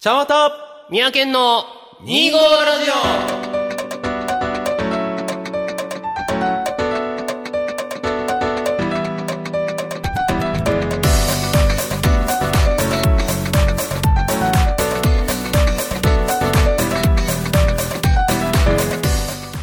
茶わた三宅県の2号ラジオ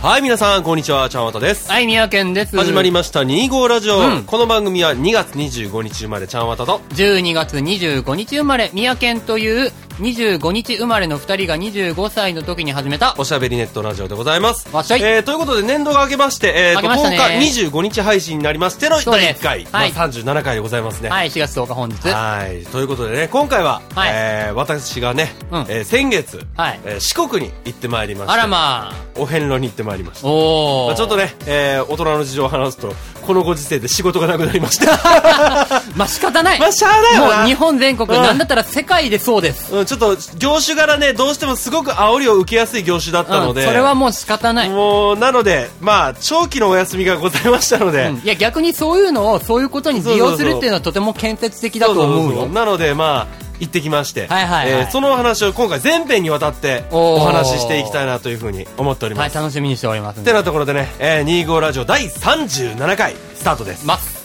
はい、皆さん、こんにちは。ちゃんわたです。はい、三宅県です。始まりました、2号ラジオ、うんこの番組は2月25日生まれ、ちゃんわたと、 12月25日生まれ、三宅県という25日生まれの二人が25歳の時に始めた。おしゃべりネットラジオでございます。わっしゃいえーということで、年度が明けまして、えー、と、明けましたね10日25日配信になりましてのそう第で1す回、はいまあ、37回でございますね。はい、4月10日本日。はい。ということでね、今回は、はいえー私がね、うんえー先月、はいえー四国に行ってまいりました。あらまお遍路に行ってまいりましあ。た。おー。まあ、ちょっとね、えー大人の事情を話すと、このご時世で仕事がなくなりました。 まあ仕方ない。まあしゃあないわなもう日本全国、うんなんだったら世界でそうです。うん、ちょっと、業種柄ね、どうしてもすごく煽りを受けやすい業種だったので、うんそれはもう仕方ない。もう、なので、まあ、長期のお休みがございましたので、うんいや、逆にそういうのを、そういうことに利用するっていうのはとても建設的だと思うそそそ。よなので、まあ、行ってきまして、はいはいはいえーそのお話を今回全編にわたっておおー話ししていきたいなというふうに思っておりはまい、す。楽しみにしておりますんてで。なところでね、えー、25ラジオ第37回スタートです。ます。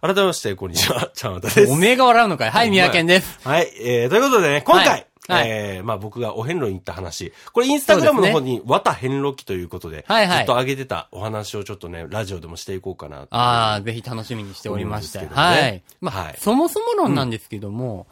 改めまして、こんにちは。ちゃんわたです。 おめえが笑うのかい。はい、三宅県です。はい、えー、ということでね、今回、はいはいえー、まあ僕がお遍路に行った話、これインスタグラムの方そうに、わた遍路記ということで、はいはいずっと上げてたお話をちょっとね、ラジオでもしていこうかなと。ああ、ぜひ楽しみにしておりました。思うんですけどねはい。まあ、はいそもそも論なんですけども、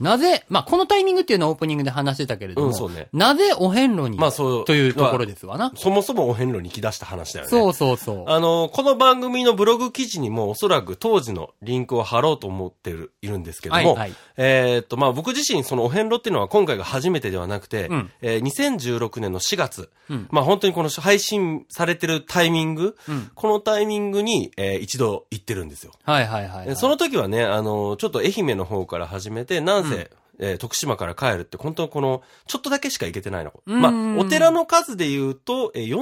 なぜ、まあ、このタイミングっていうのはオープニングで話してたけれども、うんそうねなぜお遍路に、まあそうというところですわな。そもそもお遍路に来だした話だよね。そうそうそう。あの、この番組のブログ記事にもおそらく当時のリンクを貼ろうと思ってる、いるんですけども、はいはいえーっと、まあ、僕自身そのお遍路っていうのは今回が初めてではなくて、うんえー2016年の4月、まあ、本当にこの配信されてるタイミング、うんこのタイミングに、えー一度行ってるんですよ。はいはいはい、はい。その時はね、あの、ちょっと愛媛の方から始めて、なんせ、えー徳島から帰るって、本当この、ちょっとだけしか行けてないの。うんまあ、お寺の数で言うと、えー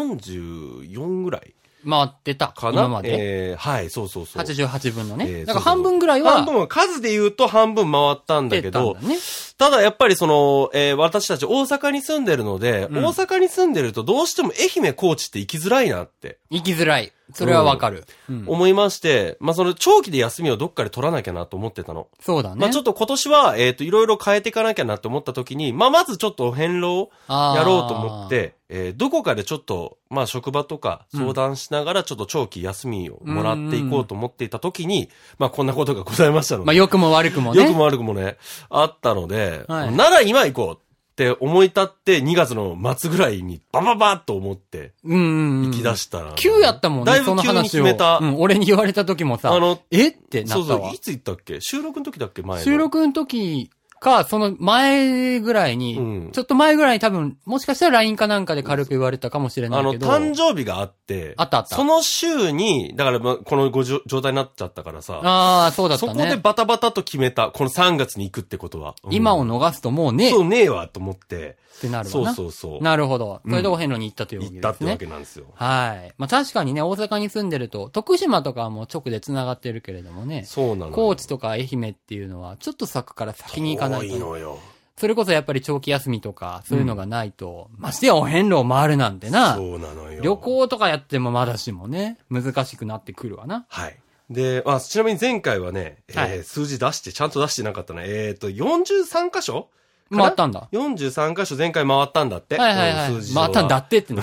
44ぐらい回ってた。かな今まで。えーはい、そうそうそう。 88分のね。えーだから半分ぐらいは、半分は数で言うと半分回ったんだけど、出たんだねただやっぱりその、えー私たち大阪に住んでるので、うん大阪に住んでるとどうしても愛媛、高知って行きづらいなって行きづらい。それはわかる。うん思いまして、まあその長期で休みをどっかで取らなきゃなと思ってたの。そうだね。まあちょっと今年は、えっ、と、いろいろ変えていかなきゃなと思った時に、まあまずちょっとお遍路をあーやろうと思っ。て、えーどこかでちょっと、まあ職場とか相談しながらちょっと長期休みをもらっていこうと思っていた時に、まあこんなことがございましたのまあ、で、良くも悪くもね。良くも悪くもね、あったので、はいなら今行こうって思い立って2月の末ぐらいにバババッと思ってうんうんうん。行き出したら、急やったもんね、だいぶその急に話決を。めた。うん、俺に言われた時もさ、あのえってなそうったそわう、い。つ行ったっけ収録の時だっけ前の。収録の時か、その前ぐらいに、うんちょっと前ぐらいに多分、もしかしたら LINE かなんかで軽く言われたかもしれなあいの、けど。誕生日があって、あったあったその週に、だからまあ、このごじょ状態になっちゃったからさ、ああ、そうだっそたこでね。バタバタと決めた、この3月に行くってことは。うん今を逃すともうねえそっうねえわ、と思って。てなるそわうな。そうそう。なるほど。うんそれでお遍路に行ったというわけ行でっすね。たってわけなんですよ。はい。まあ確かにね、大阪に住んでると、徳島とかはもう直で繋がってるけれどもね、そうなのよ。高知とか愛媛っていうのは、ちょっと先から先に行かない遠いと。のよ。それこそやっぱり長期休みとか、そういうのがないと、ましてやお遍路を回るなんてな。そうなのよ。旅。行とかやってもまだしもね、難しくなってくるわな。はい。で、まあ、ちなみに前回はね、えーはい数字出して、ちゃんと出してなかったね。えっ、と、43箇所かな回ったんだ。 43箇所前回回ったんだって。はいはいはいうん数。字上は回ったんだっ てっての。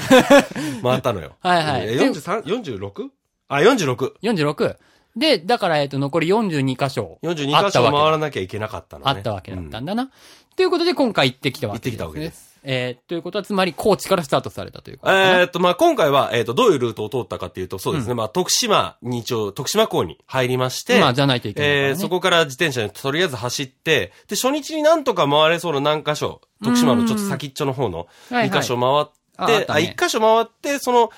回ったのよ。はいはいえー、43、46? あ、46。 46。で、だから、えっと、残り42箇所。 42あ箇った所わ回けだらなきゃいけなかったのね。あったわけだったうんんだな。ということで、今回行ってきたわけです、ね。。行ってきたわけですえー、ということは、つまり、高知からスタートされたということかなえーっと、まあ、今回は、えーっと、どういうルートを通ったかっていうと、そうですね、まあ、徳島に一応、徳島港に入りまして、まあ、じゃないといけないからね、えーそこから自転車にとりあえず走って、で、初日になんとか回れそうな何箇所、徳島のちょっと先っちょの方の、はいはい2箇所回って、ああったねあ、1箇所回って、その、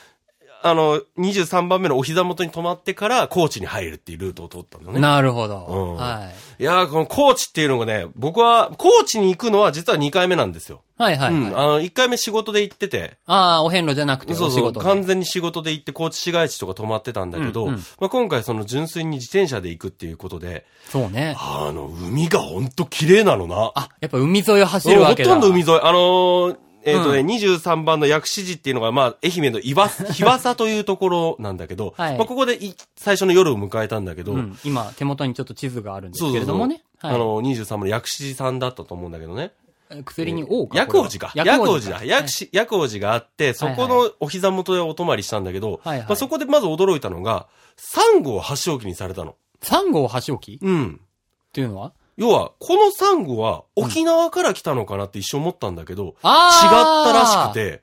あの、23番目のお膝元に泊まってから、高知に入るっていうルートを通ったんだよね。なるほど。うんはい。いやー、この高知っていうのがね、僕は、高知に行くのは実は2回目なんですよ。はいはい、はいうん。あの、1回目仕事で行ってて、ああ、お遍路じゃなくて、そうお仕そう、事で。完全に仕事で行って高知市街地とか泊まってたんだけど、うんうんまあ、今回その純粋に自転車で行くっていうことで、そうね。あの、海がほんと綺麗なのな。あ、やっぱ海沿いを走るわけだ。ほとんど海沿い。あのーえっ、とね、23番の薬師寺っていうのが、まあ、愛媛の 岩、日和佐というところなんだけど、はいまあ、ここでい最初の夜を迎えたんだけど、うん、今、手元にちょっと地図があるんですそうけそうれそどうもね。あの、23の薬師寺さんだったと思うんだけどね。はい。薬に王か。薬王寺か。これは薬王寺だ。薬師、薬王寺があって、そこのお膝元でお泊まりしたんだけど、はいはいまあ、そこでまず驚いたのが、サンゴを箸置きにされたの。サンゴを箸置きっうん。ていうのは要は、このサンゴは沖縄から来たのかなって一瞬思ったんだけど、あ違あったらしく。て、はい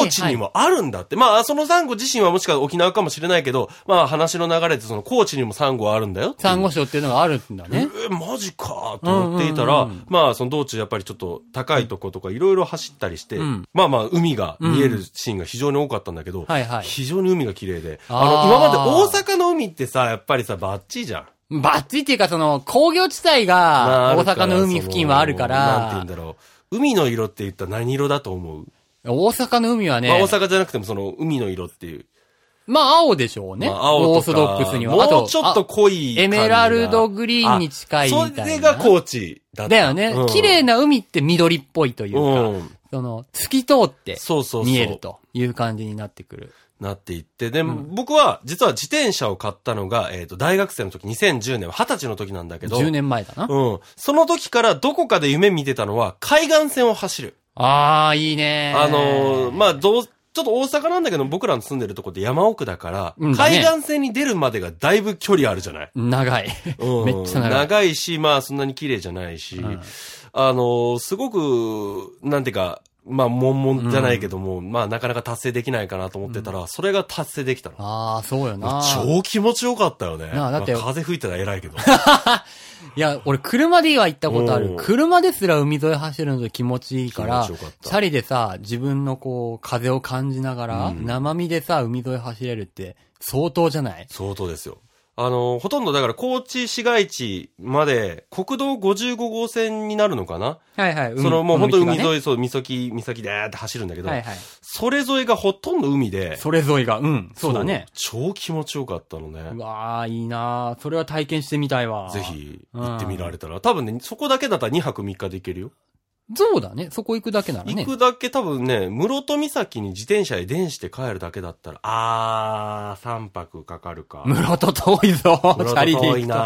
高知にもあるんだって。まあ、そのサンゴ自身はもしかしたら沖縄かもしれないけど、まあ話の流れでその高知にもサンゴはあるんだよっていう。サンゴ礁っていうのがあるんだね。えーマジかと思っていたら、うんうんうんうんまあその道中やっぱりちょっと高いとことかいろいろ走ったりして、うんまあまあ海が見えるシーンが非常に多かったんだけど、はいはい。非常に海が綺麗で、ああーの今まで大阪の海ってさ、やっぱりさ、バッチリじゃん。バッチリっていうか、その、工業地帯まあが、あ大るから阪の海付近はあるかそのなんらて、言うんだろう。海の色って言ったら何色だと思う、大阪の海はねまあ、大阪じゃなくてもその海の色っていう。まあ、青でしょうね。まあ青とかオーソドックスには。あもとうちょっと濃いエ感じがメラルドグリーンに近いみたいなあそれが高知だった。だよねうん。綺麗な海って緑っぽいというか、うん。その、透き通ってそうそうそう。見えるという感じになってくる。なっていって。で、僕は、実は自転車を買ったのが、えっ、と、大学生の時、2010年、20歳の時なんだけど、 10年前だな。うん。その時からどこかで夢見てたのは、海岸線を走る。ああ、いいねあのーまあ、どう、ちょっと大阪なんだけど、僕らの住んでるとこって山奥だから、うんだね海岸線に出るまでがだいぶ距離あるじゃない 長い。うんめっちゃ長い。し、まあそんなに綺麗じゃないし、んあの、すごく、なんていうか、まあ、悶々じゃないけども、まあなかなか達成できないかなと思ってたら、それが達成できたの。ああ、そうよな。超気持ちよかったよね。なあだってま風吹いたら偉いけど。いや、俺車では行ったことあうる。ん車ですら海沿い走るのと気持ちいいから、気チ持ちよかったャリでさ、自分のこう、風を感じながら、生身でさ、海沿い走れるって、相当じゃない相当ですよ。あの、ほとんどだから高知市街地まで国道55号線になるのかな、はいはい。そのもう本当海い。沿い、そう、三崎、三崎でーって走るんだけど、はいはい。それ沿いがほとんど海で、それ沿いが、うん、そうだね。そう。超気持ちよかったのね。うわーいいなーそれは体験してみたいわ。ぜ。ひ行ってみられたら。多分ね、そこだけだったら2泊3日で行けるよ。そうだね。そこ行くだけならね行。くだけ多分ね、室戸岬に自転車で電して帰るだけだったら、あー、3泊かかるか。室戸遠いぞ、チ室ャリで戸行遠くいと。な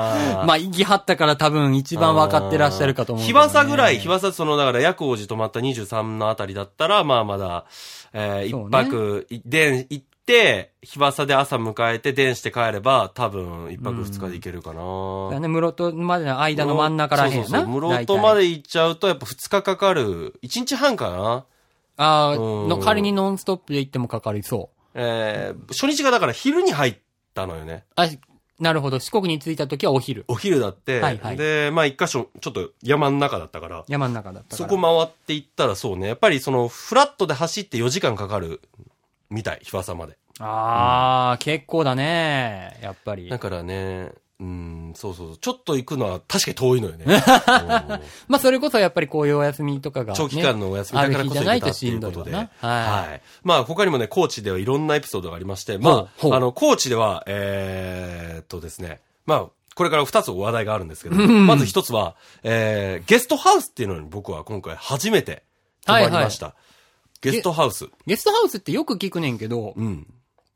まあ、行きはったから多分一番分かってらっしゃるかと思うけどね、日和佐ぐらい、日和佐、その、だから、薬王寺泊まった23のあたりだったら、まあまだ、えー、そうね一泊、い電、行って、日和佐で朝迎えて、電して帰れば、多分、一泊二日で行けるかな、だね、室戸までの間の真ん中らへんやそうな。そうそう室戸ま大体。で行っちゃうと、やっぱ2日かかる。1日半かなああ、うんの、仮にノンストップで行ってもかかりそう。えー初日がだから昼に入ったのよね。あ、なるほど。四国に着いた時はお昼。お昼だって。はいはいで、まあ一箇所、ちょっと山の中だったから。山の中だったかそら。こ回っていったらそうね。やっぱりその、フラットで走って4時間かかるみたい、日朝まで。ああ、結構だね。やっぱりだ。からね、うん、そうそうそう。ちょっと行くのは確かに遠いの よね。うんまあ、それこそやっぱりこういうお休みとかが、ね。長期間のお休みだからこそ行けたっていうことで。ある日じゃないとしんどいわなははいい。まあ他にもね、高知ではいろんなエピソードがありまして、ほうまほうあ、あの、高知では、えーっとですね、まあ、これから二つお話題があるんですけど、んまず一つは、えー、ゲストハウスっていうのに僕は今回初めて泊まりました。ゲストハウス。ゲストハウスってよく聞くねんけど、うん。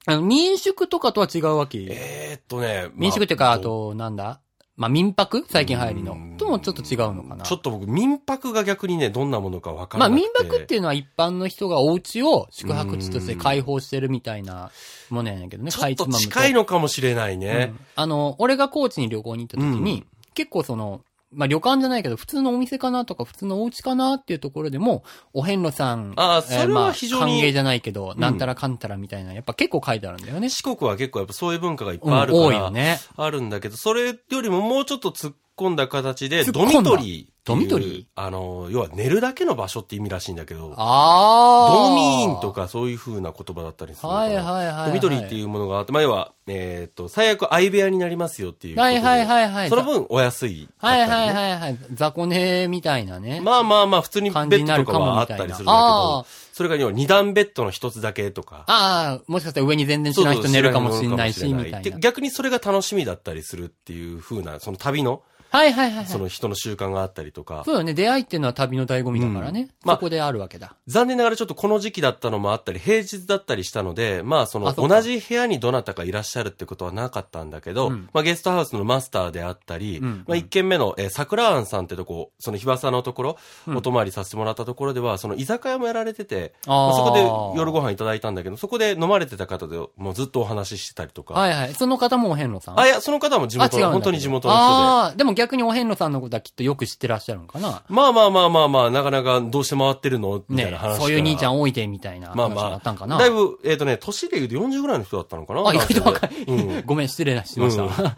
あの、民宿とかとは違うわけ。えーっとね、まあ民宿っていうか、あ、と、なんだまあ、民泊最近流行りのう。んともちょっと違うのかな。ちょっと僕、民泊が逆にね、どんなものかわからまあ、なくて民泊っていうのは一般の人がお家を宿泊地として開放してるみたいなものやねんけどね、ちょっとかいつまむ近いのかもしれないね。うんあの、俺が高知に旅行に行った時に、結構その、まあ、旅館じゃないけど、普通のお店かなとか、普通のお家かなっていうところでも、お遍路さん、あーそれはえーまあ非常に歓迎じゃないけど、なんたらかんたらみたいな、やっぱ結構書いてあるんだよね。四国は結構やっぱそういう文化がいっうぱいんあるから、多いよね。あるんだけど、それよりももうちょっと突っ込んだ形で、突っド込んだミトリーっていう。ドミトリあの、要は寝るだけの場所って意味らしいんだけど、ああ。ドミーンと。かそういう風な言葉だったりするのかな。はいはいはいはいドミトリーっていうものがあって、まあ要は、えっと、最悪相部屋になりますよっていうことはで。いはいはいはい。その分お安いだったはりいね。はいはいはい。雑魚寝みたいなね。まあまあまあ、普通にベ感じになッドるとかかもはあっみたいなたりするんだけあどあ、それが要は二段ベッドの一つだけとか。ああ、もしかしたら上に全然知らない人寝るかもしれないし、そうそうみたいでな。逆にそれが楽しみだったりするっていう風な、その旅の、はいはいはいはい。そその人の習慣があったりとか。うだね。出会いっていうのは旅の醍醐味だからね。うんまあそこであるわけだ。残念ながらちょっとこの時期だったのもあったり、平日だったりしたので、まあそのあそうか同じ部屋にどなたかいらっしゃるってことはなかったんだけど、うんまあゲストハウスのマスターであったり、うんうんまあ一軒目の、えー桜庵さんってとこ、その日和さのところ、うんお泊まりさせてもらったところでは、その居酒屋もやられてて、あまーあそこで夜ご飯いただいたんだけど、そこで飲まれてた方でもうずっとお話ししてたりとか、はいはい。その方もお遍路さんあ、いや、その方も地元の、んだ本当に地元の人で。ああ、でも逆にお遍路さんのことはきっとよく知ってらっしゃるのかな。まあまあまあまあまあ、なかなかどうして回ってるのみたいねな話からそういう兄ちゃん多いで、みたいなまあま話がああったんかな。だいぶ、えっ、とね、年で言うと40ぐらいの人だったのかなあ、意外と若い。 男性でうんごめん、失礼なしました。うんそう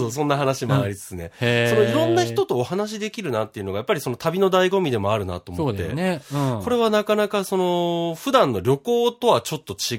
そう、そんな話もありつつね。へーそのいろんな人とお話できるなっていうのが、やっぱりその旅の醍醐味でもあるなとそ思っうて。だよね。うん。これはなかなかその、普段の旅行とはちょっと違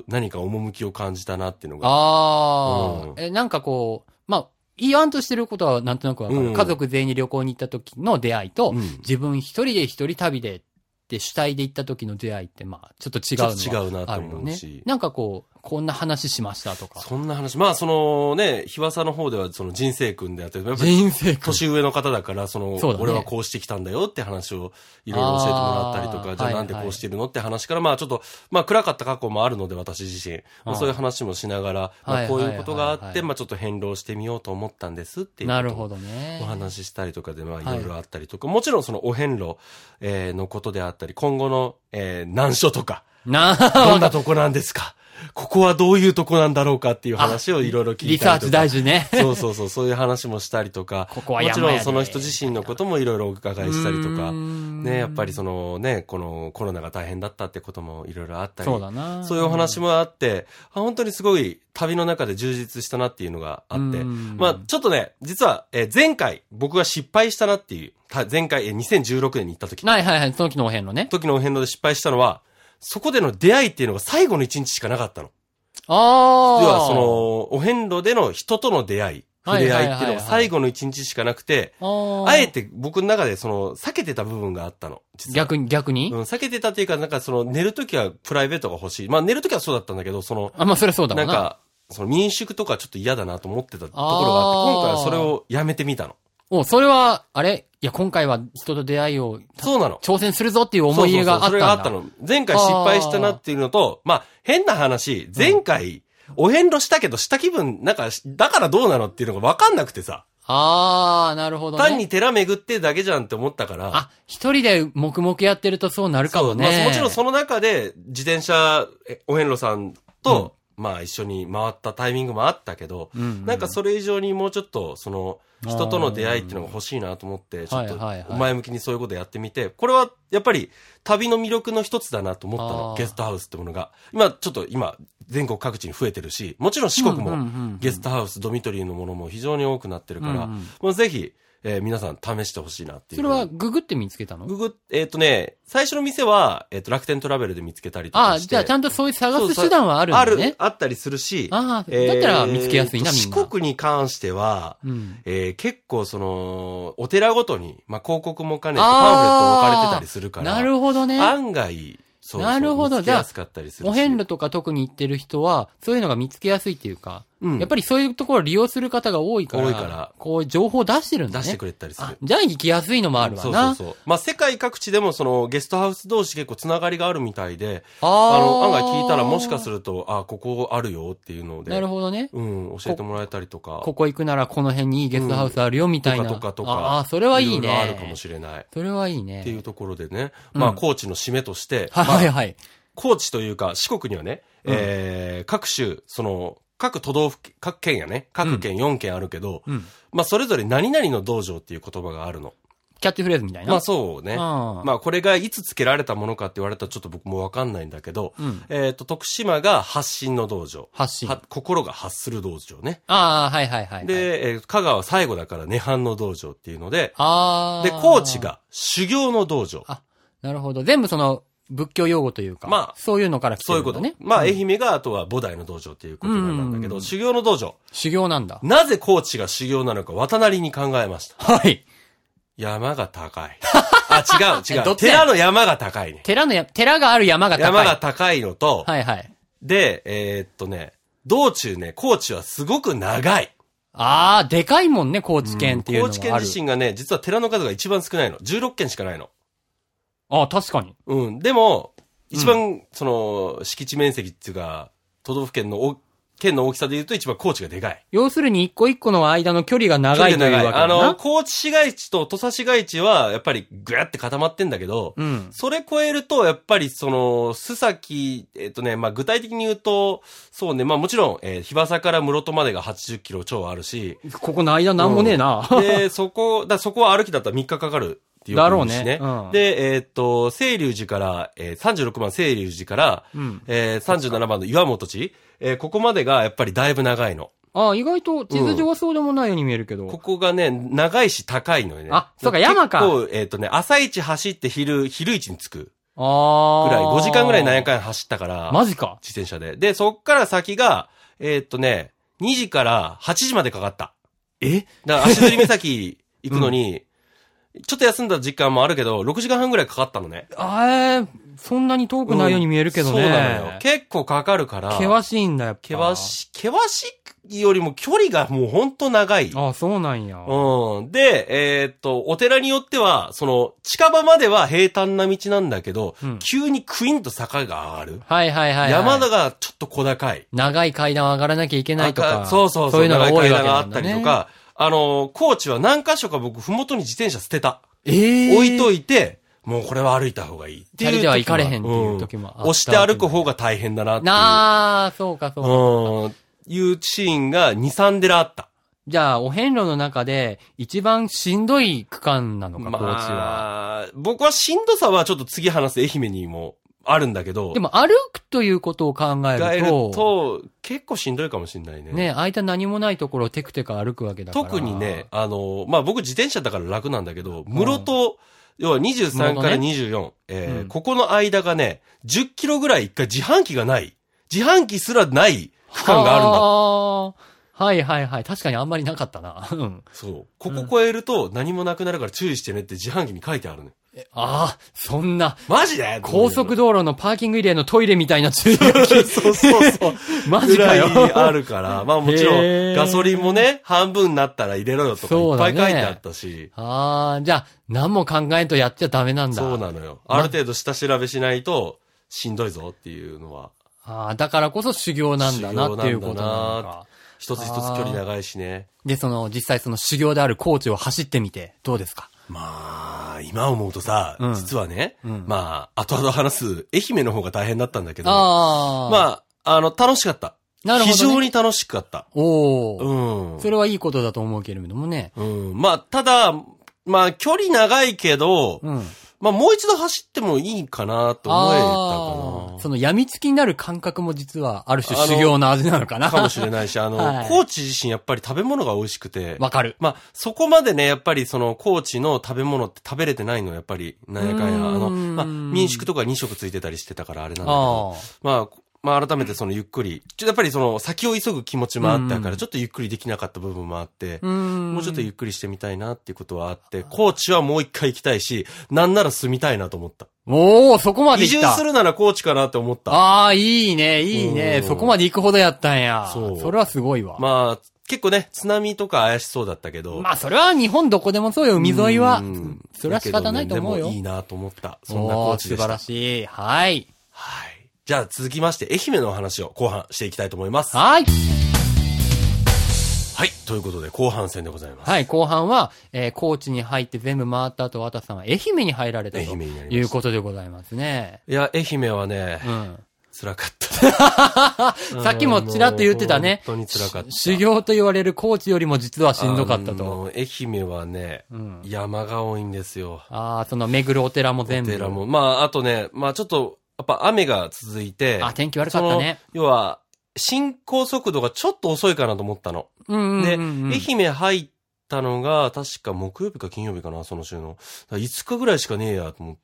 う何か趣を感じたなっていうのが。ああ、うんえ、なんかこう、まあ、言わんとしてることはなんとなくわかる、うん家族全員に旅行に行った時の出会いと、うん自分一人で一人旅でって主体で行った時の出会いって、まあ、ちょっと違うちょっと違うのなはとある思ようねし。なんかこう、こんな話しましたとか。そんな話。まあ、そのね、日和さの方ではその人生君であったり、やっぱり人生観。年上の方だから、その、そうだね俺はこうしてきたんだよって話をいろいろ教えてもらったりとあか、ーじゃあなんでこうしてるのって話から、まあちょっと、まあ暗かった過去もあるので、私自身。まああーそういう話もしながら、まはあいこういうことがあはいっはいはて、いまあちょっと変動してみようと思ったんですっていう。なるほど。どね。お話ししたりとかで、まあいろいろあったりとか、もちろんそのお遍路、えーのことであったり、今後の、えー難所とか、など あん、なとこなんですかここはどういうとこなんだろうかっていう話をいろいろ聞リいサたーりとチか大。事ね。そうそうそう、そういう話もしたりとか、ここはもち山ろやでんその人自身のこともいろいろお伺いしたりとか、ね、やっぱりその、のね、このコロナが大変だったってこともいろいろあったり、そうだな。そういうお話もあって、あ本当にすごい旅の中で充実したなっていうのがあって、うんまあちょっとね、実は、えー前回僕が失敗したなっていう、た前回、えー2016年に行った時、はいはいはい、その時のお遍路ね。時のお遍路で失敗したのは、そこでの出会いっていうのが最後の一日しかなかったの。ああ。要はその、お遍路での人との出会い、触れ合いっていうのが最後の一日しかなくて、あーあえて僕の中でその、避けてた部分があったの。実は逆に、逆に、うん、避けてたっていうか、なんかその、寝るときはプライベートが欲しい。まあ寝るときはそうだったんだけど、その、あ、まあ、それはそうだろなうんな。か、その民宿とかちょっと嫌だなと思ってたところがあって、あー今回はそれをやめてみたの。お、それは、あれいや、今回は人と出会いをそうなの。挑戦するぞっていう思い入れがあったんそだ。うそうそうそれがあったの。前回失敗したなっていうのと、まあ、変な話、前回、お遍路したけど、した気分、なんか、だからどうなのっていうのが分かんなくてさ。あー、なるほどね。単に寺巡ってだけじゃんって思ったから。あ、一人で黙々やってるとそうなるかもね。そうまあもちろんその中で、自転車、えお遍路さんと、まあ一緒に回ったタイミングもあったけど、うんうんなんかそれ以上にもうちょっと、その、人との出会いっていうのが欲しいなと思って、ちょっはいはいとはい前向きにそういうことやってみて、これはやっぱり旅の魅力の一つだなと思ったのあ、ーゲストハウスってものが。今ちょっと今、全国各地に増えてるし、もちろん四国うんうんもうんうんゲストハウス、ドミトリーのものも非常に多くなってるから、うんうんもうぜひ、えー皆さん試してほしいなっていう。それはググって見つけたのググっ、えっ、とね、最初の店は、えっ、と、楽天トラベルで見つけたりとあかー、して。じゃあちゃんとそういう探す手段はあるんあだる、ね。あったりするし。ああー、だったら見つけやすいな、えーみとんな。四国に関しては、うん。えー結構その、お寺ごとに、まあ、広告も兼ねてあーパンフレットも置かれてたりするから。なるほどね。案外、そうそうなるほど見つけやすかったりするし。お遍路とか特に行ってる人は、そういうのが見つけやすいっていうか、うんやっぱりそういうところを利用する方が多いから、多いからこう情報を出してるんだ出ね。してくれたりするあ。、じゃあ行きやすいのもあるわな。そうそうそう。まあ、世界各地でもその、ゲストハウス同士結構つながりがあるみたいで、ああの、案外聞いたらもしかするると、あ、ここあるよっていうので。なるほどね。うん、教えてもらえたりとか。ここ行くならこの辺にいいゲストハウスあるよみたいな。とかとかとか。ああ、それはいいね。ろろあるかもしれない。それはいいね。っていうところでね。うんまあ、高知の締めとして、はいはいはい。高知というか、四国にはね、えー各州、その、各都道府県、各県やね、各県4県あるけど、うん。まあ、それぞれ何々の道場っていう言葉があるの。キャッチフレーズみたいな。まあそうね。ああまあこれがいつ付けられたものかって言われたらちょっと僕もわかんないんだけど、うんえっ、と、徳島が発信の道場。発信。は心が発する道場ね。ああ、はいはいはいはい。、で、えー香川最後だから涅槃の道場っていうので、ああ。で、高知。が修行の道場。あ、なるほど。全部その、仏教用語というか、まあそういうのから来てそういるうんこだとねね。。まあ、愛媛があとは菩提の道場っていうことなんだけうど、ん修行の道場。修行なんだ。なぜ高知が修行なのか渡なりに考えました。はい。山が高 い。あ、違う違どう。っちや寺の山が高いね。寺のや、寺がある山が高い。山が高いのと、はいはい。で、えーっとね、道中ね、高知はすごく長い。ああ、でかいもんね、高知県っていうの高はある。知県自身がね、実は寺の数が一番少ないの。16件しかないの。ああ、確かに。うん。でも、一番、その、敷地面積っていうか、都道府県のお、県の大きさで言うと一番高知がでかい。要するに一個一個の間の距離が長いというわけだな。あの、高知市街地と土佐市街地は、やっぱりぐやって固まってんだけど、うん。それ超えると、やっぱりその、須崎、えっとね、まあ、具体的に言うと、そうね、まあ、もちろん、えー、日笠から室戸までが80キロ超ある し、ここの間なんもねえな。で、そこ、だそこは歩きだったら3日かかるっていうだろうことですねうんで、えーっと、清流寺から、えー36番清流寺から、うんえー37番の岩本寺、えーここまでがやっぱりだいぶ長いの。ああ、意外と地図上はそうでもないように見えるけど。ここがね、長いし高いのよね。あそうか山か結構、えーっとね、朝一走って昼、昼一に着くああ。ぐらい、5時間ぐらい何回走ったから、マジか。自転車で。で、そっから先が、えーっとね、2時から8時までかかった。えだから足摺岬行くの に、ちょっと休んだ時間もあるけど、6時間半ぐらいかかったのね。あえ、そんなに遠くないように見えるけどね。そうなのよ。結構かかるから。険しいんだ、やっぱ。険。し、険しいよりも距離がもうほんと長い。ああ、そうなんや。うん。で、えーっと、お寺によっては、その、近場までは平坦な道なんだけど、うん急にクインと坂が上がる。はいはいはい、はい。山田がちょっと小高い。長い階段を上がらなきゃいけないとあか。そうそうそう。そういうのが多長階いわけ段があなっんただ、ね、りと。か、あの、高知は何箇所か僕、ふもとに自転車捨てた。ええ置いといいて、もうこれは歩いた方がいいっていう時もある。チャリでは行かれへんっていう時もあったん押して歩く方が大変だなっていう。なあ、そうかそうか。うん。いうシーンが2、3デラあった。じゃあ、お遍路の中で、一番しんどい区間なのか、高知は。まあ、僕はしんどさはちょっと次話す愛媛にもあるんだけど、でも、歩くということを考え考えるると、と、結構しんどいかもしれないね。ね、間何もないところをテクテク歩くわけだから。特にね、、あの、まあ僕自転車だから楽なんだけど、室戸、要は23から24、えーうんここの間がね、10キロぐらい一回自販機がない。自販機すらない区間があるんだってあーはいはいはい。確かにあんまりなかったな。うん。そう。ここ超えると何もなくなるから注意してねって自販機に書いてあるね。ああ、そんな、マジで高速道道路のパーキングエリアのトイレみたいな注意書きそうそうそう。 マジぐからいよ。ある から。まあもちろへん、ーガソリンもね、半分になったら入れろよとかいそうっぱだいね書いてあったし。 ああ、じゃあ、何も考えんとやっちゃダメなんだ。そうなのよ。ある程度下調べしないと、しんどいぞっていうのは。ああ、だからこそ修行なんだなっていうこと修行ななのんだなか。一つ一つ距離長いしね。で、その、実際その修行である高知を走ってみて、どうですかまあ、今思うとさ、うん実はね、うんまあ、後々話す、愛媛の方が大変だったんだけど、ああ。あ、まあ、あの、楽しかった。なるほどね非常に楽しかった。おお、うん。それはいいことだと思うけれどもね。うん。まあ、ただ、まあ、距離長いけど、うん。まあ、もう一度走ってもいいかなと思あーえたかその、病みつきになる感覚も実は、ある種修行の味なのかな。な。かもしれないし、あの、 はい高知自身やっぱり食べ物が美味しくて、 わかる。まあ、そこまでね、やっぱりその、高知の食べ物って食べれてないの、やっぱり、なんやかんや。うーんあの、まあ、民宿とか2食ついてたりしてたからあれなんだけあど、あ。まあ、まあ、改めてその、ゆっくり、ちょやっぱりその、先を急ぐ気持ちもあったかうら、んちょっとゆっくりできなかった部分もあって、ももうちょっとゆっくりしてみたいなっていうことはあって、高知はもう一回行きたいし、なんなら住みたいなと思った。おお、そこまで移行っ住た。するなら高知かなって思った。ああ、いいね、いいね。うんそこまで行くほどやったんや。そうそれはすごいわ。ままあ、結構ね、津波とか怪しそうだったけあ、ど。それは日本どこでもそうよ、海沿いはうん。それは仕方ないと思うだけどねでよ。もいいなと思った。そんなお高おー知素で晴した。らしい。はい。はい。じゃあ続きまして、愛媛のお話を後半していきたいと思います。ははい。い。ということで、後半戦でございます。はい、後半は、えー高知に入って全部回った後、渡さんは愛媛に入られたと愛媛になりましたいうことでございますね。 いや、愛媛はね、うん。辛かった。 さっきもちらっと言ってたね。本当に辛かった。し修行と言われる高知よりも実はしんどかったあと。の。愛媛はね、うん。山が多いんですよ。ああ、その巡るお寺もお全部。寺も。まあ、あとね、まあちょっと、やっぱ雨が続いて、あ、天気悪かったね。その要は、進行速度がちょっと遅いかなと思ったの。うんうんうんうん。愛媛入ったのが、確か木曜日か金曜日かな、その週の。だから5日ぐらいしかねえやと思って。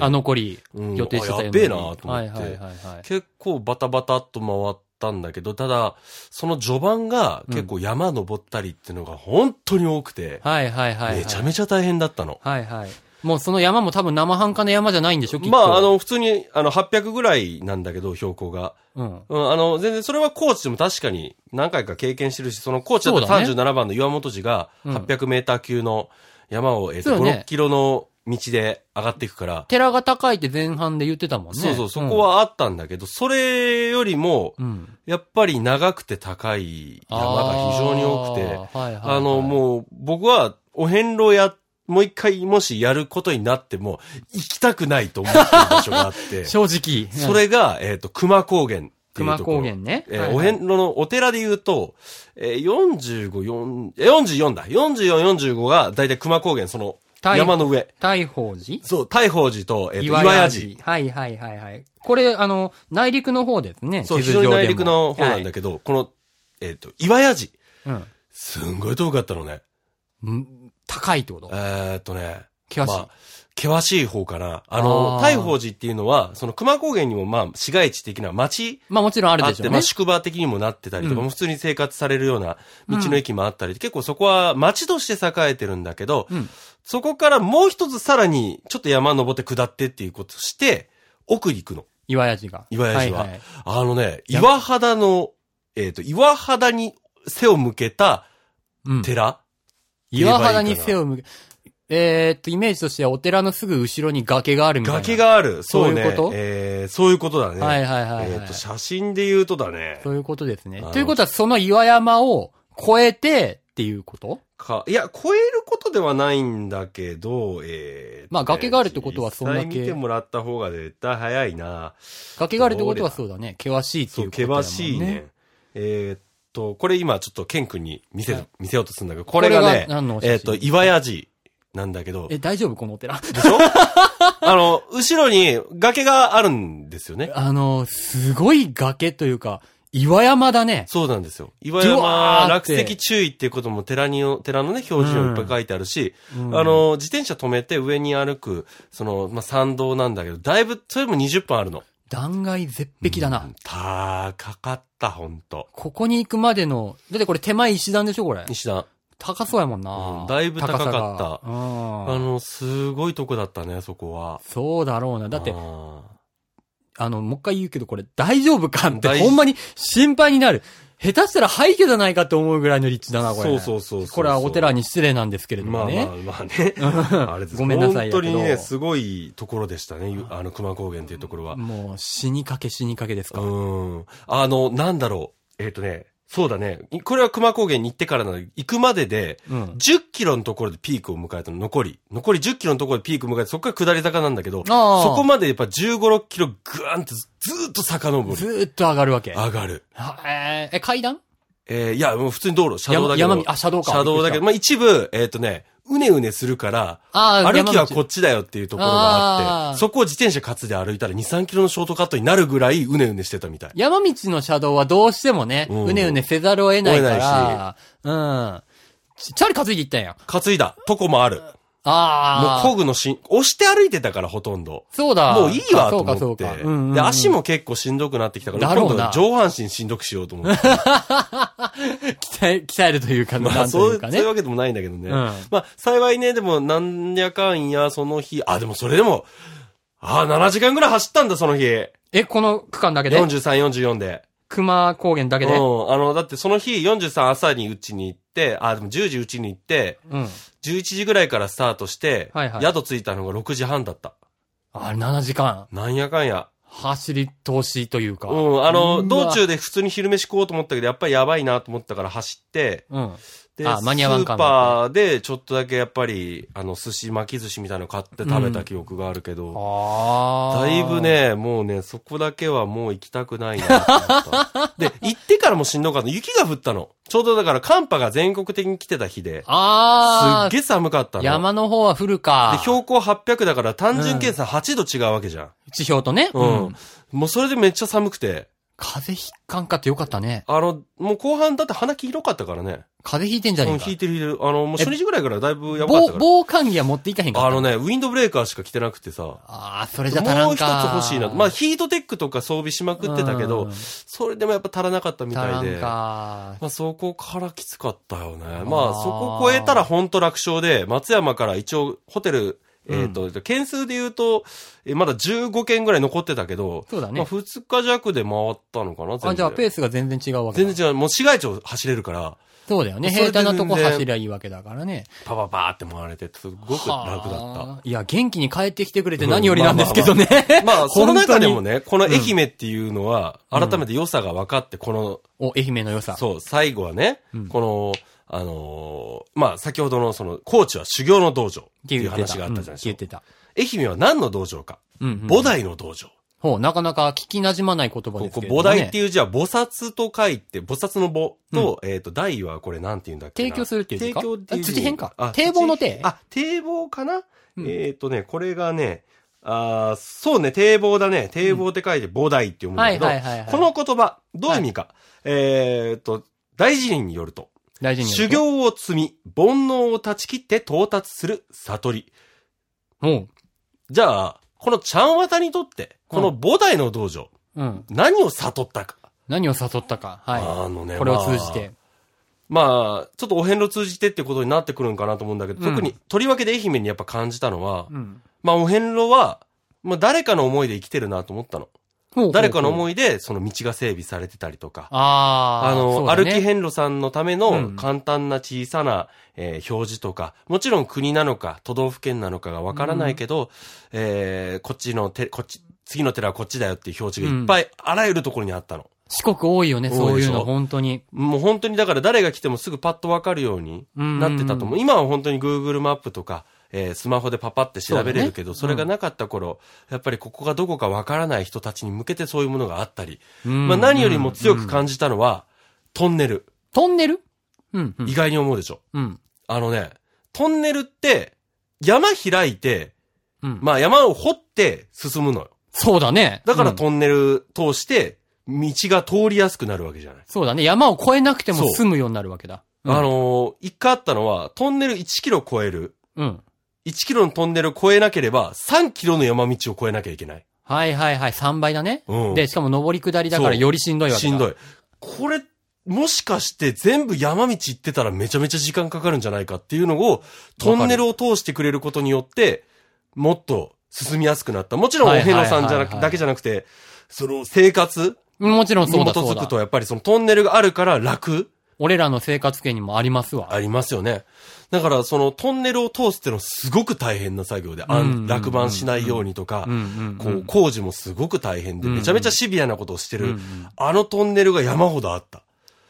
あ、、残りうん、予定してたあよやうべえなとは思いって。はいはいはい。結構バタバタっと回ったんだけど、ただ、その序盤が結構山登ったりっていうのが本当に多くて、はいはいはいはい。めちゃめちゃ大変だったの。はいはい。もうその山も多分生半可な山じゃないんでしょ、きっと。まあ、あ、の、普通に、あの、800ぐらいなんだけど、標高が。うん。うん、あの、全然、それは高知でも確かに何回か経験してるし、その高知だとそうだね37番の岩本寺がうん800メーター級の山を、えっ、そと、うね5、6キロの道で上がっていくから、寺が高いって前半で言ってたもんね。そうそう、そこ。はあったんだけど、それよりも、うん。うんやっぱり長くて高い山が非常に多くて、あーはいはいはいあの、もう、僕は、お遍路や、もう一回、もしやることになっても、行きたくないと思ってる場所があっ て、正直。それが、えっ、と、熊高原っていう熊ところ。高原ね。えーはいはいお遍路のお寺で言うと、えー、45、4えー44だ。44、45が、だいたい熊高原、その、大山の上。大宝寺そう、大宝寺と、えーと岩岩屋屋寺。寺。はいはいはいはい。これ、あの、内陸の方ですね。そう、非地図常に上でも内陸の方なんだけど、この、えっ、と、岩屋寺。はいすんごい遠かったのね。うんん高いってことえーっとね、険しい。まあ、険しい方かな。あの、あー大宝寺っていうのは、その熊高原にもまあ、市街地的な町まあもちろんあるあでっ、してょうまねあ、。宿場的にもなってたりとか、うん普通に生活されるような道の駅もあったり、結構そこは町として栄えてるんだけど、うんそこからもう一つさらに、ちょっと山登って下ってっていうことして、奥に行くの。岩屋寺が。岩屋寺はいいあのね、岩肌の、えっ、と、岩肌に背を向けたうん寺、岩肌に背を向け、えーっと、イメージとしてはお寺のすぐ後ろに崖があるみたいな。崖がある。そうね。そういうことえーそういうことだね。はいはいはいはいえっ、と、写真で言うとだね。そういうことですねあの。ということは、その岩山を越えてっていうことか、いや、超えることではないんだけど、えーとねまあ崖があるってことはそんだけ実際見てもらった方が絶対早いな。崖があるってことはそうだね。険しいってそいうう、ことだもん険しいね。。えーっと、これ今ちょっとケン君に見せる、はい見せようとするんだけど、これがねこれ、が何のお写真えーっと、岩屋寺なんだけど、え、大丈夫このお寺。 でしょ あの、後ろに崖があるんですよね。あの、すごい崖というか、岩山だね。そうなんですよ。岩ド山ワーっ落て石注意っていうことも寺によ、寺のね、表示にもいっぱい書いてあるし、うんあ、の、自転車止めて上に歩く、その、まあ、参道なんだけど、だいぶ、それも20分あるの。断崖絶壁だう。。なん高かった、ほんと。ここに行くまでの、だってこれ手前石段でしょこれ。西田。高そうやもんうんな。だいぶ高かった高さがうんあの、すごいとこだったね、そこは。そうだろうな。だってあ、ーあの、もう一回言うけど、これ大丈夫かって、大ほんまに心配になる。下手したら廃墟じゃないかって思うぐらいの立地だな、これ。そうそうそうそうこれはお寺に失礼なんですけれどまあもまね。あまあね。 あれですごめんなさいや本当けどにね、すごいところでしたね、ゆあの、熊高原っていうところは。もう、死にかけ死にかけですか。うん。あの、なんだろう。えっ、とね、そうだね。いこれは熊高原に行ってからなので、行くまでで、うん。 10キロのところでピークを迎えたの、残り。残り10キロのところでピークを迎えて、そこから下り坂なんだけど、ああそこまでやっぱ15、6キロぐわんってずずーっと遡ずる。ーっと上がるわけ。上がる。はえーえ、階段えー、いや、もう普通に道路、車道だ山けど。山道、あ、車道か。車道だけど、びっくりしまあ一部、えっ、とね、うねうねするから、た、あー歩きは山道こっちだよっていうところがあっあて、ーそこを自転車担いで歩いたら2、3キロのショートカットになるぐらいうねうねしてたみたい。山道の車道はどうしてもね、うんうねうねせざるを得ないか追えなら、うん。チチャリ担いでいったんや。担いだ、とこもある。もうああ。工具のしん、押して歩いてたからほとんど。そうだ。もういいわとそうか、そ思っうてか。うんうんう。んで、足も結構しんどくなってきたから、だろ今う度な上半身しんどくしようと思 って。鍛え、鍛えるというか、まなあ、んとそういういう、そかうねいう。わけでもないんだけどね。うんまあ、幸いね、でも、なんやかんや、その日、あ、でもそれでも、ああ、7時間ぐらい走ったんだ、その日。え、この区間だけで43、44で。熊高原だうけん。であの、だってその日、43朝にうちに行って、あ、でも10時うちに行って、うん。 11時ぐらいからスタートして、はいはい宿着いたのが6時半だった。あ、7時間。なんやかんや。走り通しというか。うん、あの、うわ道中で普通に昼飯食おうと思ったけど、やっぱりやばいなと思ったから走って、うん。で、あ間に合わんかスーんパーでちょっとだけやっぱり、あの、寿司巻き寿司みたいなの買って食べた記憶があるけど、あだいぶ。ね、もうね、そこだけはもう行きたくないなって思っ た。で、行ってからもしんどかった。雪が降ったの。ちょうどだから寒波が全国的に来てた日で、すあっーげえ寒かったの。山の方は降るかで、。標高800だから単純計算8度違うわけじゃん。地表とね。うん。。もうそれでめっちゃ寒くて。風邪ひかんかってよかったね。あの、もう後半だって鼻黄色かったからね。風邪ひいてんじゃうねん、えか引い。てる引いてる。あの、もう初日ぐらいからだいぶやばかった防、から。防寒着は持っていかへんかった。あのね、ウィンドブレーカーしか着てなくてさ。ああ、それじゃ足らもうん一つか。欲しいな。まあ、ヒートテックとか装備しまくってたけうどん、それでもやっぱ足らなかったみ足らたいんで。まか。あ、そこからきつかったよね。まあ、そーこ越えたらほんと楽勝で、松山から一応ホテル、えっと、件数で言うと、えまだ15件ぐらい残ってたけど、そうだまあ、ね。 2日弱で回ったのかな、全部あ、じゃあペースが全然違うわけだ全然違う。もう市街地を走れるから、そうだよね。それ平で全坦然なとこ走りゃいいわけだからね。パパパーって回れて、すごく楽だった。はあ。いや、元気に帰ってきてくれて何よりなんですけどね。まあ、その中でもね。ね、この愛媛っていうのは、改めて良さが分かって、この、 お、愛媛の良さ。そう、最後はね、うんこの、あのーまあ、先ほどのその、高知は修行の道場っていう話があったじゃないで言っすか。てた。愛媛は何の道場か。うんうん。菩提の道場。ほう、なかなか聞き馴染まない言葉こですこ、けれども、菩ね。提っていう字は、菩薩と書いて、菩薩の菩と、えっと、大はこれなんて言うんだっけな提供するっていう字か提供っていう字あ土変かあ堤防の堤あ、堤防かなうんえっとね、これがね、あーそうね、堤防だね。堤防って書いて菩提って読むんだはけいどは、いはい、はい。この言葉、どういう意味か。えっと、大辞林によると、大事に。修。行を積み、煩悩を断ち切って到達する悟り。うん。じゃあ、このちゃんわたにとって、この菩提の道場、うん。何を悟ったか。何を誘ったか。はあのい。ね、これを通じて。まあ。まあ、ちょっとお遍路通じてってことになってくるんかなと思うんだけど、うん特に、とりわけで愛媛にやっぱ感じたのは、うん。まあお遍路は、まあ誰かの思いで生きてるなと思ったの。ほう誰かのい。思いで、その道が整備されてたりとか、ああ。あの、そうだ歩ねき遍路さんのためうのん簡単な小さな、えー表示とか、もちろん国なのか都道府県なのかがわからないけど、えーこっちの手、こっち、次の寺はこっちだよっていう表示がいっぱい、あらゆるところにあったの。四国多いよね、多そいうでいしうょの、本当に。もう本当にだから誰が来てもすぐパッとわかるようにななってたと思う。今は本当に Google マップとか、えースマホでパパって調べれるけど、そ,、そうだねれがなかった頃、やっぱりここがどこかわからない人たちに向けてそういうものがあったり、うん。まあ何よりも強くうん感じたのは、トンネル。トンネルうん。うん意外に思うでしょ。うん。あのね、トンネルって、山開いて、うん。まあ山を掘って進むのよ。そうだね。だからうんトンネル通して、道が通りやすくなるわけじゃない。そうだね。山を越えなくてもそう済むようになるわけだ。うんあのー一回あったのは、トンネル1キロ超える。うん。 1キロのトンネルを越えなければ、3キロの山道を越えなきゃいけない。はいはいはい。3倍だね。うん。で、しかも上り下りだからそうよりしんどいわけだ。しんどい。これ、もしかして全部山道行ってたらめちゃめちゃ時間かかるんじゃないかっていうのを、トンネルを通してくれることによって、もっと進みやすくなった。もちろんおはいはい遍はいは路いさんじゃなく、だけじゃなくて、その生活もちろんに基そうだそづうだく。と、やっぱりそのトンネルがあるから楽俺らの生活圏にもありますわ。ありますよね。だからそのトンネルを通すってのはすごく大変な作業で、あんうんうんうん落盤しないようにとかうん、うん。こう工事もすごく大変で、うんめちゃめちゃシビアなことをしてうん、る。あのトンネルが山ほどあった。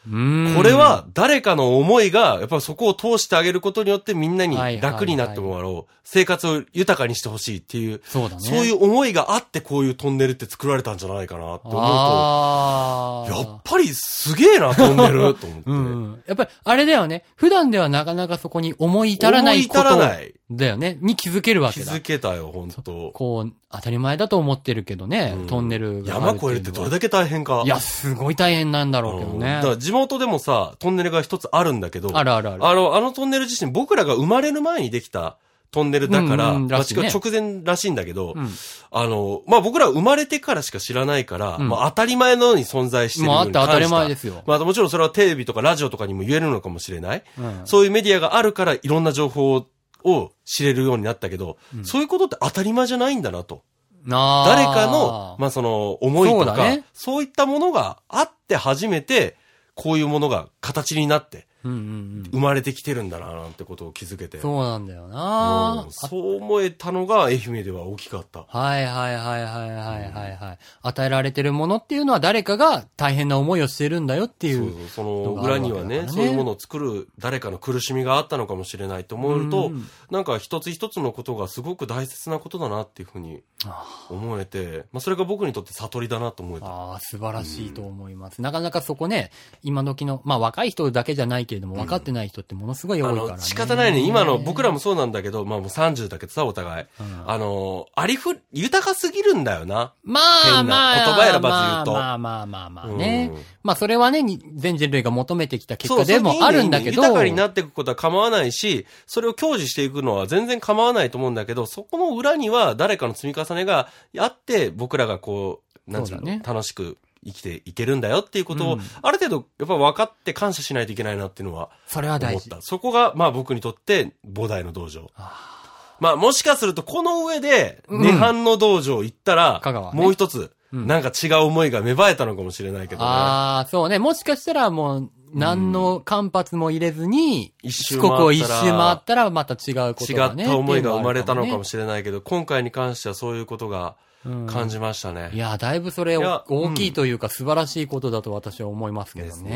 うん。うんこれ、は誰かの思いが、やっぱりそこを通してあげることによってみんなにはいはいはい楽になってもらおう。生活を豊かにしてほしいっていう、そうだね。そういうう思いがあってこういうトンネルって作られたんじゃないかなって思あうあ。と、やっぱりすげえな、トンネルと思って。うんうん。やっぱり、あれだよね。普段ではなかなかそこに思い至らな思いいこと至らない。だよね。に気づけるわ気けだ。づけたよ、本当こう、当たり前だと思ってるけどね。うんトンネルが山越えるってどれだけ大変か。いや、すごい大変なんだろうけどうんねだか。ら地元でもさ、トンネルが一つあるんだけど、あるあるある。あの、あのトンネル自身、僕らが生まれる前にできたトンネルだから、うんうんらしいねまあ直前らしいんだけど、うんあの、まあ、僕ら生まれてからしか知らないから、うんまあ、当たり前のように存在してるよもううあってに当感じたり前で。ですすよ。まあ、もちろんそれはテレビとかラジオとかにも言えるのかもしれない。うんそういうメディアがあるから、いろんな情報を知れるようになったけど、うんそういうことって当たり前じゃないんだなと。なあ誰かの、まあ、その、思いとそかうだねそういったものがあって初めて、こういうものが形になって、うんうんう生まれてきてるんだな、なんてことを気づけて。ん。そうなんだようなんそう思えたのが愛媛では大きかった。はいはいはいはいはいはいはい。与えられてるものっていうのは誰かが大変な思いをしてるんだよっていそうう。そうそののがある裏にはわけね、だからそうねいうものを作る誰かの苦しみがあったのかもしれないと思うとう、んなんか一つ一つのことがすごく大切なことだなっていうふうにあ思えて、まあそれが僕にとって悟りだなと思えた。あ、素晴らしいと思います。なかなかそこね、今時の、まあ若い人だけじゃないけれども、分かってない人ってものすごい多あいからの、ね。仕方ないね。今の、僕らもそうなんだけど、まあもう30だけどさ、お互い。うんあの、ありふ、豊かすぎるんだよな。まあ変なまあ、言葉選ばず言うとまあまあまあまあね。うんまあそれはね、に全人類が求めてきた結そう果でもあるんだそういいねいいねけど。豊かになっていくことは構わないし、それを享受していくのは全然構わないと思うんだけど、そこの裏には誰かの積み重ねがあって、僕らがこう、なんつうのそうだね楽しく生きていけるんだよっていうことを、うんある程度やっぱ分かって感謝しないといけないなっていうのはそれは思大っ事。た。そこが、まあ僕にとって菩提の道場。あまあもしかするとこの上で、うん涅槃の道場行ったら、香川ねもう一つ、うんなんか違う思いが芽生えたのかもしれないけどね。あー、そうね。もしかしたらもう、何の間髪も入れずに、一周四回ったら国を一周回ったらまた違うこと違がっね。た思いが生まれたのかもししれないけど、今回に関してはそういうことがれない。感じましたね。いや、だいぶそれいや大きいというか素晴らしいことだと私は思いますけでどすあ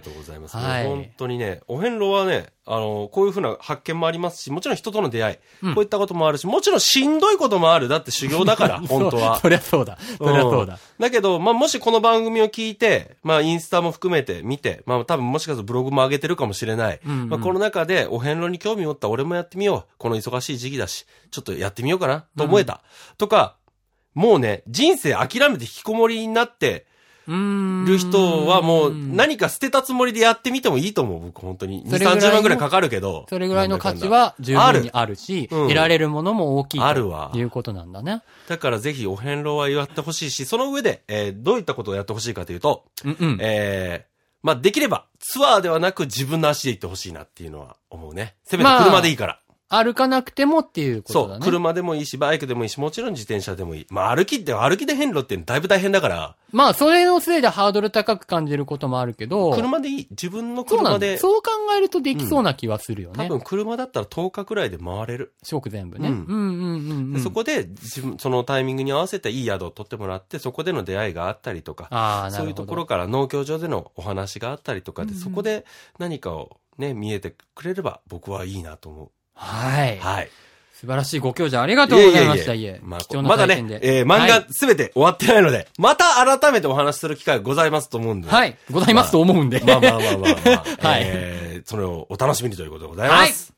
り。がとうございます。はい本当にね、お遍路はね、あの、こういうふうな発見もありますし、もちろん人との出会い、うんこういったこともあるし、もちろんしんどいこともある。だって修行だから、本当は そう。そりゃそうだ。そりゃそうだ。んだけど、まあ、もしこの番組を聞いて、まあ、インスタも含めて見て、まあ、多分もしかするとブログも上げてるかもしれない。うんうんまあ、この中で、お遍路に興味持った俺もやってみよう。この忙しい時期だし、ちょっとやってみようかな、と思えた。とか、もうね、人生諦めて引きこもりになってうーん。る人はもう何か捨てたつもりでやってみてもいいと思う、僕本当に。2、それぐらいの30万ぐらいかかるけど。それぐらいの価値なんだかんだは十分にあるし、あるうん得られるものも大きいとあるわいうことなんだね。だからぜひお遍路はやってほしいし、その上で、えーどういったことをやってほしいかというと、うんうん。ええまあ、できれば、ツアーではなく自分の足で行ってほしいなっていうのは思うね。せめて車でいいから。歩かなくてもっていうこそとうだね。車でもいいし、バイクでもいいし、もちろん自転車でもいい。まあ、歩きって、歩きで遍路ってだいぶ大変だから、まあ、それのせいでハードル高く感じることもあるけど、車でいい。自分のそうな車んだよで、そう考えるとできそうな気はするよ多ね。分車だったら10日くらいで回れる。四国全部ね。ううんんうんうんうでん。そこで、自分、そのタイミングに合わせていい宿を取ってもらって、そこでの出会いがあったりとか、ああ、なそういるうとほど。ころから農協所でのお話があったりとかで、うんうんそこで何かをね、見えてくれれば僕はいいなと思はい。う。はい。素晴らしいご教授ありがとうございました、いえまあ貴重なまだ体験で。ね、えー漫は画い。すべて終わってないので、また改めてお話しする機会がございますと思うんで。はい。ございますと 思うんで。まあまあまあまあまあはいえーそれをお楽しみにということでございます。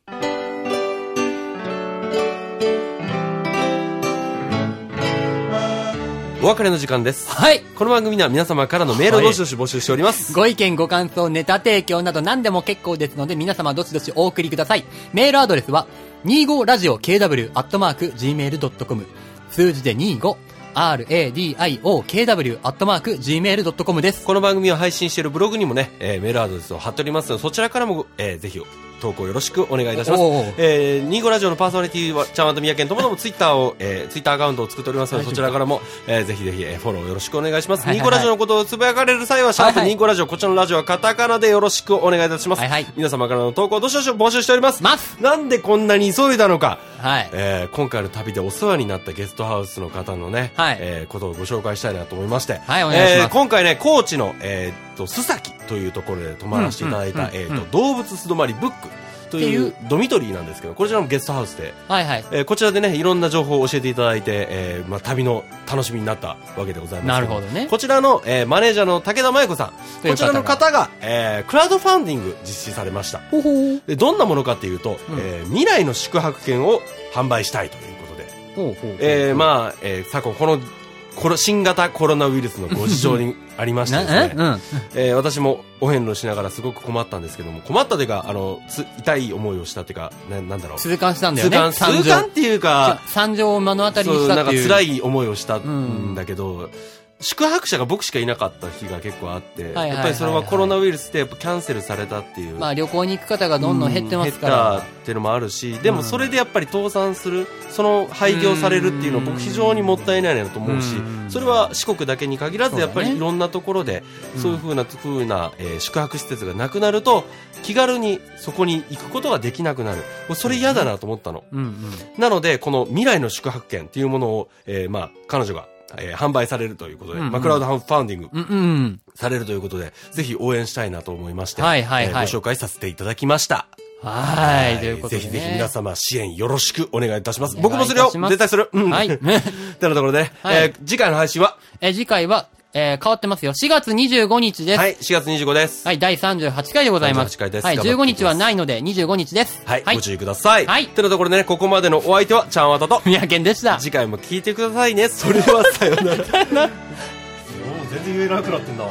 お別れの時間です。はい。この番組では皆様からのメールをどしどし募集しております。ご意見、ご感想、ネタ提供など何でも結構ですので、皆様どしどしお送りください。メールアドレスは、25radiokw.gmail.com。数字で 25radiokw.gmail.com です。この番組を配信しているブログにもね、えーメールアドレスを貼っておりますので、そちらからも、えーぜひ投稿よろしくお願いいたします。おうおうえー、ニーゴラジオのパーソナリティは、ちゃんわとみやけんともどもツイッターを、えー、ツイッターアカウントを作っておりますので、大丈夫そちらからも、えーぜひぜひ、えーフォローよろしくお願いします。はいはいはいニーゴラジオのことをつぶやかれる際は、シャープはいはいニーゴラジオ、こちらのラジオはカタカナでよろしくお願いいたします。はいはい皆様からの投稿、どしどし募集しております。ますなんでこんなに急いだのか。はい。えー今回の旅でお世話になったゲストハウスの方のね、はいえーことをご紹介したいなと思いまして、はいお願いしますえー今回ね、高知の、えーっと、須崎というところで泊まらせていただいた、うんうんうんえーっと、動物素泊まりブックといっうドミトリーなんですけど、こちらもゲストハウスで、はいはい。えーこちらでね、いろんな情報を教えていただいて、えーまあ、旅の楽しみになったわけでございますけ。なるほどねこちらの、えーマネージャーの武田麻也子さん、というこちらの方方が、えークラウドファンディング実施されました。ほほでどんなものかっていうと、うんえー未来の宿泊券を販売したいということで、ほうほう。えーまあ、えー昨今この、この新型コロナウイルスのご事情にありましてですな、えね、うん。えー私もお遍路しながらすごく困ったんですけども、困ったというか、あの、つ痛い思いをしたというか、ななんだろう。痛感したんだよね。痛感痛感っていうか、惨状を目の当たりにそうしなたんっかていう。辛い。い思いをしたんだけど、宿泊者が僕しかいなかった日が結構あって、はいはいはいはいやっぱりそれはコロナウイルスでやっぱキャンセルされたっていう。まあ旅行に行く方がどんどん減ってますかうん減っらた。っていうのもあるし、でもそれでやっぱり倒産する、その廃業されるっていうのはうん僕非常にもったいないなと思うしうん、それは四国だけに限らずそうやだねっぱりいろんなところで、そういうふうな、ふうな、えー宿泊施設がなくなると、気軽にそこに行くことができなくなる。もうそれ嫌だなと思ったの。うんうん。なので、この未来の宿泊券っていうものを、えーまあ、彼女が、えー販売されるということで、うんうんマクラウドファンディングうんうん。されるということで、ぜひ応援したいなと思いまして、はいはいはいえーご紹介させていただきました。はい。ということで、ね。ぜひぜひ皆様支援よろしくお願いいたします。お僕願もいいすたるよしま絶す対するうん。。はい てなところで、はいえー次回の配信は、え、次回は、えー変わってますよ。4月25日です。は。はいい、4月25です。第38回でございます。 38回ですはい。頑張って15いきます日はないので、25日です。はい、はいご。注意ください。はいてなところでね、ここまでのお相手は、ちゃんわたと、宮健でした。次回 も聞いてくださいね。それでは、さようなら。もう全然言えなくなってんだわ。